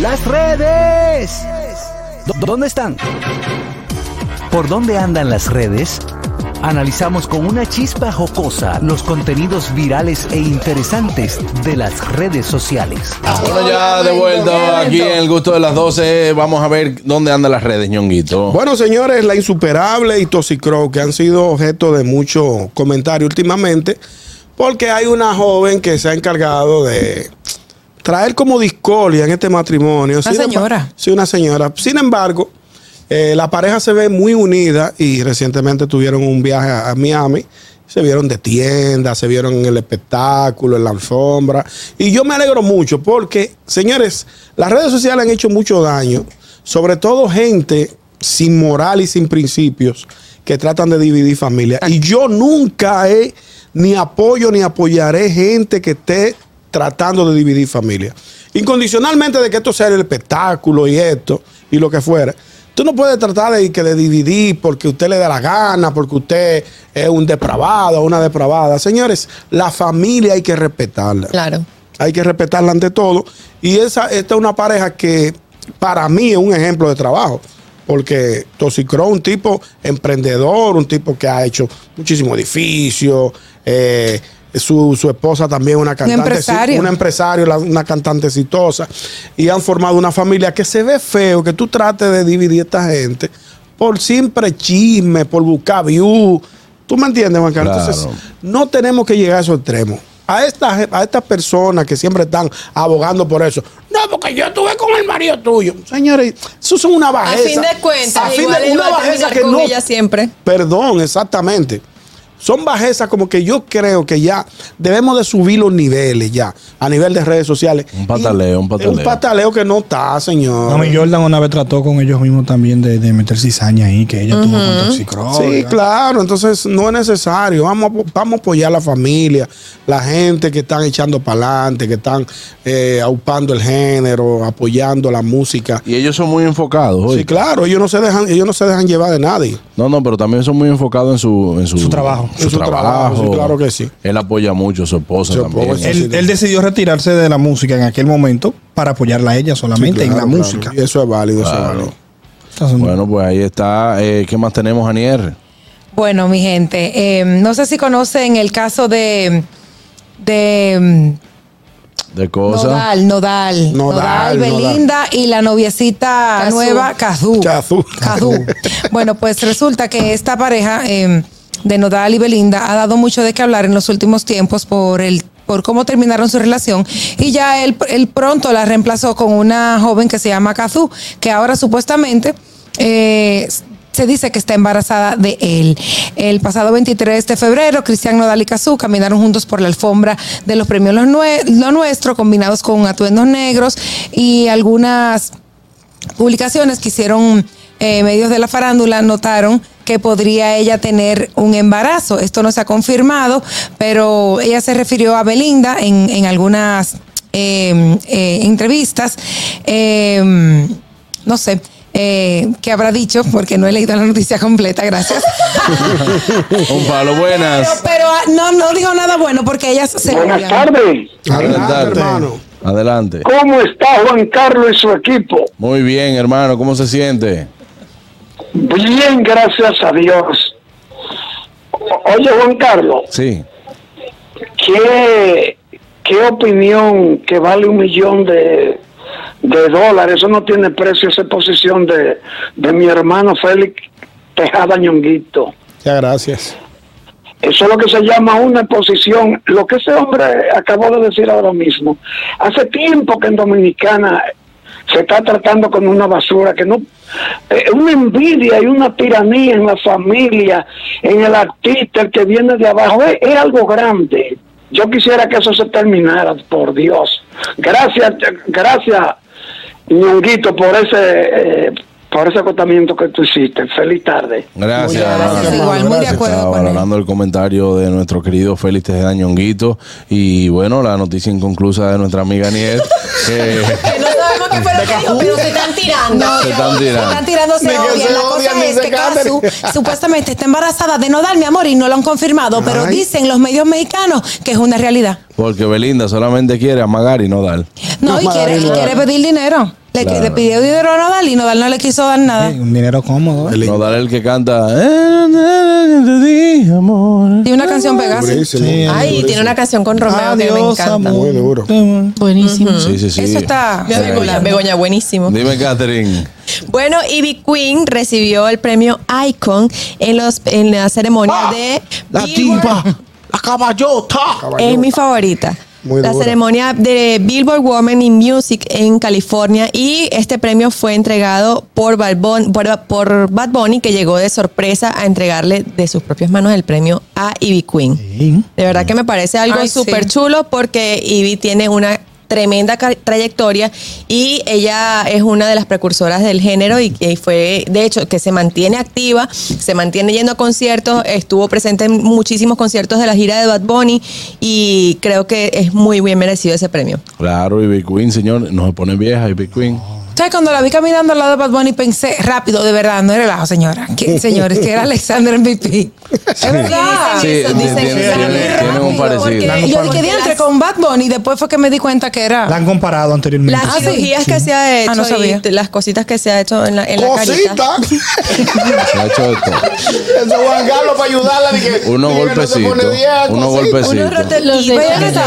Las redes. ¿Dó- ¿Dónde están? ¿Por dónde andan las redes? Analizamos con una chispa jocosa los contenidos virales e interesantes de las redes sociales. Bueno, ya de vuelta aquí en el gusto de las 12. Vamos a ver dónde andan las redes, ñonguito. Bueno, señores, la insuperable y Toxicrow, que han sido objeto de mucho comentario últimamente, porque hay una joven que se ha encargado de traer como discordia en este matrimonio. Una señora. Sí, una señora. Sin embargo, eh, la pareja se ve muy unida y recientemente tuvieron un viaje a, a Miami. Se vieron de tienda, se vieron en el espectáculo, en la alfombra. Y yo me alegro mucho porque, señores, las redes sociales han hecho mucho daño. Sobre todo gente sin moral y sin principios que tratan de dividir familia. Y yo nunca he ni apoyo ni apoyaré gente que esté tratando de dividir familia. Incondicionalmente de que esto sea el espectáculo y esto y lo que fuera. Tú no puedes tratar de, que de dividir porque usted le da la gana, porque usted es un depravado o una depravada. Señores, la familia hay que respetarla. Claro. Hay que respetarla ante todo. Y esa, esta es una pareja que para mí es un ejemplo de trabajo. Porque Toxicro un tipo emprendedor, un tipo que ha hecho muchísimo edificio. eh, su, su esposa también una cantante. empresario. una empresario, la- una cantante exitosa. Y han formado una familia que se ve feo que tú trates de dividir a esta gente por siempre chisme, por buscar view. ¿Tú me entiendes, Juan Carlos? Entonces, Claro. no tenemos que llegar a esos extremos. A estas a estas personas que siempre están abogando por eso. No, porque yo estuve con el marido tuyo. Señores, eso son una A bajeza. fin de A cuentas, fin de- igual él una va a bajeza terminar que con no ella siempre. Perdón, exactamente. Son bajezas como que yo creo que ya debemos de subir los niveles ya, a nivel de redes sociales. Un pataleo, un pataleo. Un pataleo que no está, señor. Mami Jordan una vez trató con ellos mismos también de, de meter cizaña ahí, que ella tuvo con Toxicro. Sí, ¿verdad? claro, entonces no es necesario. Vamos, a apo- vamos a apoyar a la familia, la gente que están echando para adelante, que están eh, aupando el género, apoyando la música. Y ellos son muy enfocados. Sí, oye. claro, ellos no se dejan, ellos no se dejan llevar de nadie. No, no, pero también son muy enfocados en su, en su, Su trabajo. Su, En su trabajo. trabajo, sí, claro que sí. Él apoya mucho a su esposa Su también. esposa. Él, él decidió retirarse de la música en aquel momento para apoyarla a ella solamente Claro, en la claro. música. Y eso es válido, eso es Claro. válido. Estas son- Bueno, pues ahí está. Eh, ¿Qué más tenemos, Anier? Bueno, mi gente, eh, no sé si conocen el caso de. de mm, De cosas. Nodal, Nodal, Nodal, Nodal, Belinda y la noviecita Cazú. nueva, Cazú. Cazú. Cazú. bueno, pues resulta que esta pareja eh, de Nodal y Belinda ha dado mucho de qué hablar en los últimos tiempos por el por cómo terminaron su relación y ya él, él pronto la reemplazó con una joven que se llama Cazú, que ahora supuestamente eh, se dice que está embarazada de él. El pasado 23 de febrero, Cristian Nodal y Cazú caminaron juntos por la alfombra de los premios Lo, Nue- Lo Nuestro, combinados con atuendos negros y algunas publicaciones que hicieron eh, medios de la farándula notaron que podría ella tener un embarazo. Esto no se ha confirmado, pero ella se refirió a Belinda en, en algunas eh, eh, entrevistas. eh, no sé. eh, ¿Qué habrá dicho? Porque no he leído la noticia completa, gracias. Un palo, buenas. Pero ah, no, no digo nada bueno porque ellas se Buenas odian. tardes. Adelante, Adelante. hermano. Adelante. ¿Cómo está Juan Carlos y su equipo? Muy bien, hermano. ¿Cómo se siente? Bien, gracias a Dios. O- Oye, Juan Carlos, Sí. ¿qué, qué opinión que vale un millón de, de dólares? Eso no tiene precio, esa posición de, de mi hermano Félix Tejada Ñonguito. Muchas gracias. Eso es lo que se llama una posición. Lo que ese hombre acabó de decir ahora mismo. Hace tiempo que en Dominicana se está tratando con una basura, que no. eh, una envidia y una tiranía en la familia, en el artista, el que viene de abajo. Es, es algo grande. Yo quisiera que eso se terminara, por Dios. Gracias, gracias, Ñonguito, por ese. eh, por ese acotamiento que tú hiciste. Feliz tarde. Gracias. Muchas hermano. gracias, igual, muy de acuerdo Estaba con él. valorando el comentario de nuestro querido Félix Tejeda Ñonguito y bueno, la noticia inconclusa de nuestra amiga Niet que Que no sabemos qué fue lo que dijo, pero Pero se están tirando. No, Se están tirando. Se están tirando, se Ni que odian. se La odian, cosa ni es se que casan. Casu supuestamente está embarazada de Nodal, mi amor, y no lo han confirmado, pero Ay. dicen los medios mexicanos que es una realidad. porque Belinda solamente quiere amagar y no dar. No, No, y, quiere, y Maravilla. quiere pedir dinero. Le le, Claro. le pidió dinero a Nodal y Nodal no le quiso dar nada. Sí, un dinero cómodo. ¿eh? El- No dale el que canta. "Eh, eh, eh, te di, amor". Y una canción pegase. Durísimo. Sí. Ay, tiene una canción con Romeo que me Adiós, encanta. amor. Muy duro. Buenísimo. Sí, sí, sí. Eso está Sí. Begoña, Begoña, buenísimo. Dime, Catherine. Bueno, Ivy Queen recibió el premio Icon en, los, en la ceremonia de Billboard. La caballota. Es mi favorita. Muy la dura. ceremonia de Billboard Women in Music en California y este premio fue entregado por Bad, Bun- por, por Bad Bunny que llegó de sorpresa a entregarle de sus propias manos el premio a Ivy Queen. Sí. De verdad que me parece algo Ay, sí. súper chulo porque Ivy tiene una tremenda ca- trayectoria y ella es una de las precursoras del género y que fue, de hecho, que se mantiene activa, se mantiene yendo a conciertos, estuvo presente en muchísimos conciertos de la gira de Bad Bunny y creo que es muy bien merecido ese premio. Claro, Ivy Queen, señor. No se pone vieja, Ivy Queen. ¿Sabes? Cuando la vi caminando al lado de Bad Bunny pensé rápido, de verdad, no era relajo, señora. Que, señores, que era Alexander MVP. Es verdad. Ah. Sí, Eso dicen tiene- que tiene- sale tiene rápido, un parecido. porque- Y yo dije, diantre con Bad Bunny, y después fue que me di cuenta que La era. han comparado anteriormente. Las Ah, sí. cirugías que se ha hecho Ah, no sabía. y las cositas que se ha hecho en la, en la carita. Cosita. Se ha hecho esto. Ese Juan Carlos para ayudarla. dije, Unos dije que no se pone golpecitos. bien, Unos cosita. golpecitos. Los de-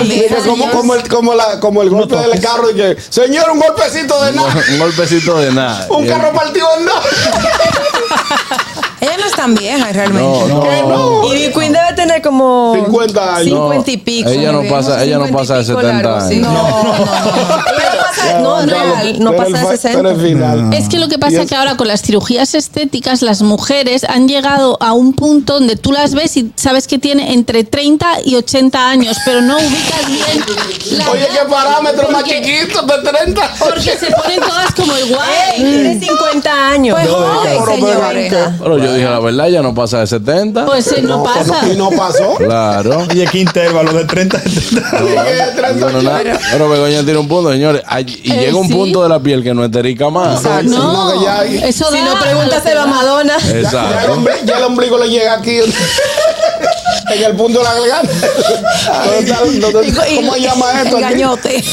Dije, como, como el, como, la, como el golpe del carro. Dije, señor, un golpecito de nada. Un golpecito de nada. Un Y el- carro partido en nada. Ella no es tan vieja No, realmente. no. Y Ivy Queen debe tener como 50 años. 50 y pico. Ella no Muy pasa- bien. ella no 50 y pasa de pico 70 largo, sí. años. No, no, no. Ella no pasa- No, real, no Pero pasa el fa- de Pero 60. el final. Es que lo que pasa Y es que ahora con las cirugías estéticas las mujeres han llegado a un punto donde tú las ves y sabes que tiene entre 30 y 80 años, pero no ubicas bien la Oye, edad, qué parámetro más porque- chiquito de 30. Porque se ponen todas como igual. Ey, Tiene 50 años. Pues No, joven, pero, pero, señores. ¿qué? Pero yo dije la verdad, ya no pasa de 70. Pues eh, no pasa. Y no pasó. Claro. Oye, qué intervalo de 30 a 70. No, no, nada. Pero Begoña tiene un punto, señores. Ay, Y Eh, llega un sí. punto de la piel que no esterica más. Exacto. No, Sino que ya hay- eso Si da no, lo pregúntaselo que a da. Madonna. Ya el, Exacto. ombligo, ya el ombligo le llega aquí en el punto de la garganta. Ahí está, donde- ¿Cómo se llama esto? El aquí? gañote.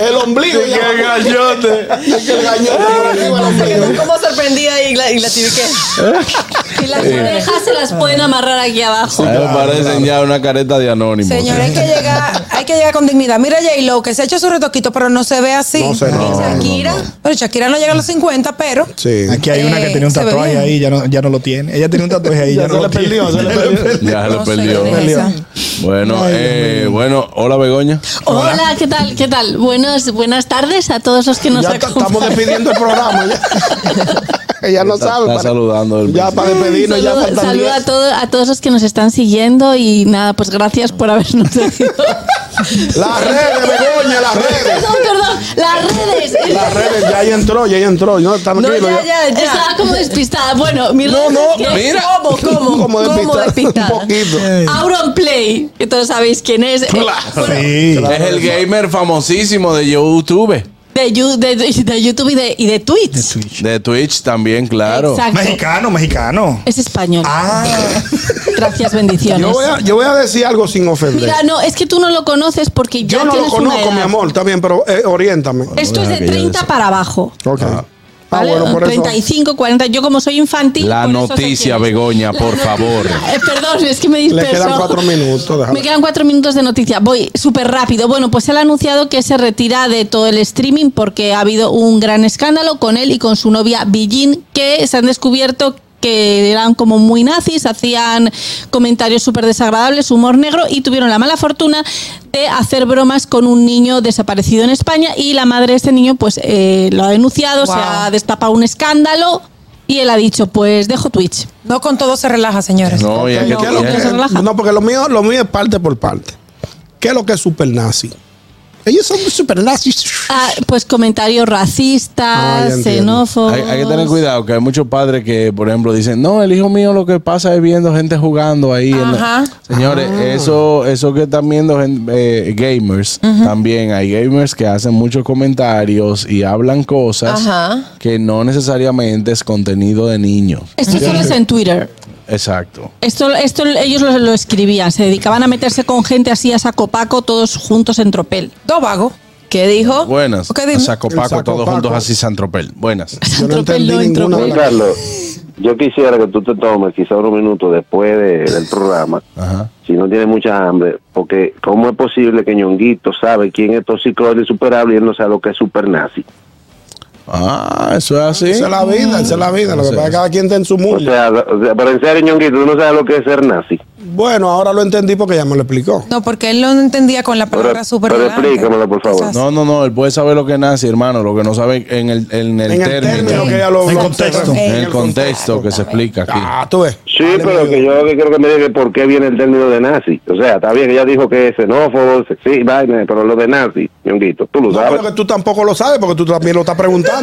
El ombligo. ya. ¡Qué gallote! Es que el gañote por arriba, el Se ombligo. quedó como sorprendida y la, y la tibiqué. Y las orejas se las pueden amarrar aquí abajo. Ahí me parecen ya una careta de anónimo. Señores, hay que llegar, hay que llegar con dignidad. Mira J Lo que se ha hecho su retoquito, pero no se ve así. No se- no, Shakira. Pero Shakira no llega a los 50, pero Sí. Aquí hay una que Eh, tenía un se ve tatuaje bien. ahí, ya no, ya no lo tiene. Ella tenía un tatuaje ahí, ya, Ya no se lo le perdió, se le tiene. perdió. Ya se No lo sé, perdió. esa. Bueno, Ay, eh, bueno, hola Begoña. Hola, ¿qué tal? ¿Qué tal? Buenos, buenas tardes a todos los que nos Ya ta- estamos acompañan. despidiendo el programa. Ya, ya no Está- sabe. está para- saludando el Ya presidente. para despedirnos, ya Saludo, faltan saludo a, diez. todo- a todos los que nos están siguiendo y nada, pues gracias por habernos seguido. Las redes, Begoña, las redes. perdón, perdón, las redes. Las redes, ya ahí entró, ya ahí entró. No, tranquilo. No, ya, ya, ya. Estaba como despistada. Bueno, mi No, red no, es que- mira. ¿Cómo, cómo? Como ¿Cómo despistada. Un despistada? poquito. Auron Play, que todos sabéis quién es. eh, Sí. Es el gamer famosísimo de YouTube. De, Yu- de- de YouTube y de, y de Twitch. De Twitch. De Twitch también, claro. Exacto. Mexicano, mexicano. Es español. Ah, Gracias, bendiciones. Yo voy, a, yo voy a decir algo sin ofender. Mira, no, es que tú no lo conoces porque yo ya no lo tienes una conozco, edad. mi amor, está bien, pero eh, oriéntame. Esto Deja es de que yo 30 des- para abajo. Ok. Ah, ¿vale? bueno, por eso. 35, 40. Yo como soy infantil. La por eso sé noticia, quién es. Begoña, por noticia. favor. Eh, perdón, es que me Le disperso. quedan cuatro minutos. déjalo. Me quedan cuatro minutos de noticia. Voy súper rápido. Bueno, pues él ha anunciado que se retira de todo el streaming porque ha habido un gran escándalo con él y con su novia Billin, que se han descubierto que eran como muy nazis, hacían comentarios súper desagradables, humor negro y tuvieron la mala fortuna de hacer bromas con un niño desaparecido en España y la madre de este niño pues eh, lo ha denunciado, Wow. se ha destapado un escándalo y él ha dicho pues dejo Twitch. no con todo se relaja, señores. No, ya que ¿Qué es lo no, que- se relaja. no, porque lo mío, lo mío es parte por parte. ¿Qué es lo que es super nazi? Ellos son super nazis. Ah, pues comentarios Ah, ya racistas, entiendo. xenófobos. Hay, hay que tener cuidado que hay muchos padres que, por ejemplo, dicen, no, el hijo mío lo que pasa es viendo gente jugando ahí. en la-". Ajá. Ah. Señores, eso, eso que están viendo gen- eh, gamers, también hay gamers que hacen muchos comentarios y hablan cosas Ajá. que no necesariamente es contenido de niños. Esto solo es en Twitter. Exacto. Esto, esto ellos lo, lo escribían, se dedicaban a meterse con gente así a sacopaco, todos juntos en tropel. Dos vagos. ¿Qué dijo? Buenas. Oh, Ok, dime. Saco Paco, El Saco todos Paco. juntos así Santropel. Buenas. Yo no entendí Tropeló, ninguna de Juan las- Carlos, yo quisiera que tú te tomes quizá unos minutos después de- del programa, Ajá. si no tienes mucha hambre, porque ¿cómo es posible que Ñonguito sabe quién es toxicroide insuperable y él no sabe lo que es supernazi? Ah, eso es así. Esa es la vida, esa es la vida. Lo que Sí. pasa es que cada quien está en su O mundo. sea, o sea, pero en serio, Ñonguito, tú no sabes lo que es ser nazi. Bueno, ahora lo entendí porque ya me lo explicó. No, porque él no entendía con la palabra Pero- super. pero explícamelo, por favor. No, no, no. Él puede saber lo que es nazi, hermano. Lo que no sabe en el, en el en el término. término que ella lo En lo- contexto. En el contexto que se explica aquí. Ah, tú ves. Sí, Dale, mi pero vida. que yo lo que quiero que me diga por qué viene el término de nazi. O sea, está bien, ella dijo que es xenófobo, sí, vaina, pero lo de nazi, Ñonguito, tú lo No, sabes. pero que tú tampoco lo sabes porque tú también lo estás preguntando.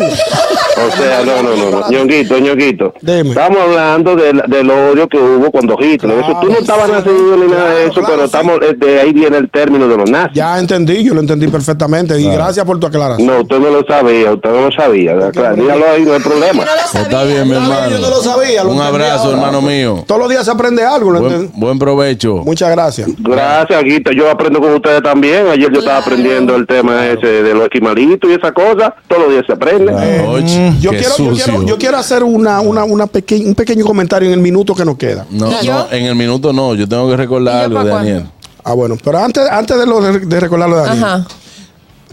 O sea, no, no, no, no. ñonguito, ñonguito. Dime. Estamos hablando del, del odio que hubo cuando Hitler. eso, tú no Claro, estabas sí. nacido ni nada de Claro, eso, claro, pero sí. estamos, eh, de ahí viene el término de los nazis. ya entendí, yo lo entendí perfectamente. Y gracias por tu aclaración. No, usted no lo sabía, usted no lo sabía. Claro, dígalo ahí, no hay problema. Pues está bien, mi Está bien, hermano. yo no lo sabía, lo Un entendí abrazo, ahora. hermano mío. Todos los días se aprende algo. ¿lo Buen, entendí? buen provecho. Muchas gracias. Gracias, Guito. Yo aprendo con ustedes también. Ayer yo estaba aprendiendo el tema ese de los esquimalitos y esa cosa. Todos los días se aprende. Ah, oye, Eh, Yo qué quiero, yo, sucio. quiero, yo quiero hacer una, una, una peque- un pequeño comentario en el minuto que nos queda. No, ¿Y yo? no, en el minuto no. Yo tengo que ¿Y yo recordar algo, pa' cuándo? Daniel. Ah, bueno, pero antes, antes de, lo, de recordarlo, Daniel. Ajá.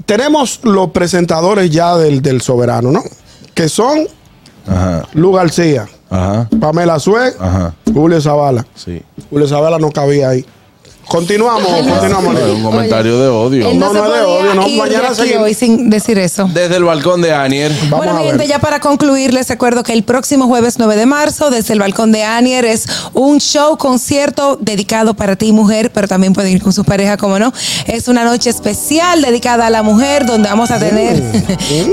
Tenemos los presentadores ya del, del Soberano, ¿no? Que son Ajá, Lu García, ajá, Pamela Suez, ajá. Julio Zavala. Sí. Julio Zavala no cabía ahí. Continuamos, continuamos. Ay, un comentario de odio. Él no, No, se no es de podía odio, no, ir mañana de aquí sí. hoy sin decir eso. Desde el balcón de Anier. Vamos bueno, a mi ver. gente, ya para concluir, les recuerdo que el próximo jueves 9 de marzo, desde el Balcón de Anier, es un show, concierto dedicado para ti, mujer, pero también pueden ir con su pareja, como no. Es una noche especial dedicada a la mujer, donde vamos a tener, Mm.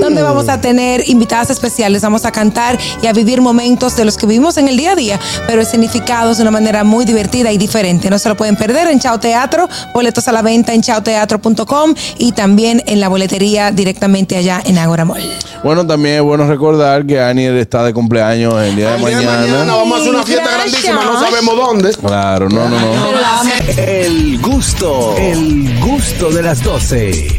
donde vamos a tener invitadas especiales, vamos a cantar y a vivir momentos de los que vivimos en el día a día, pero significados de una manera muy divertida y diferente. No se lo pueden perder en Chao Teatro, boletos a la venta en chaoteatro.com y también en la boletería directamente allá en Agora Mall. Bueno, también es bueno recordar que Anier está de cumpleaños el día de El día de mañana. mañana vamos a hacer una Ay, fiesta gracias. grandísima, no sabemos dónde. Claro, no, no, no. El gusto, el gusto de las 12.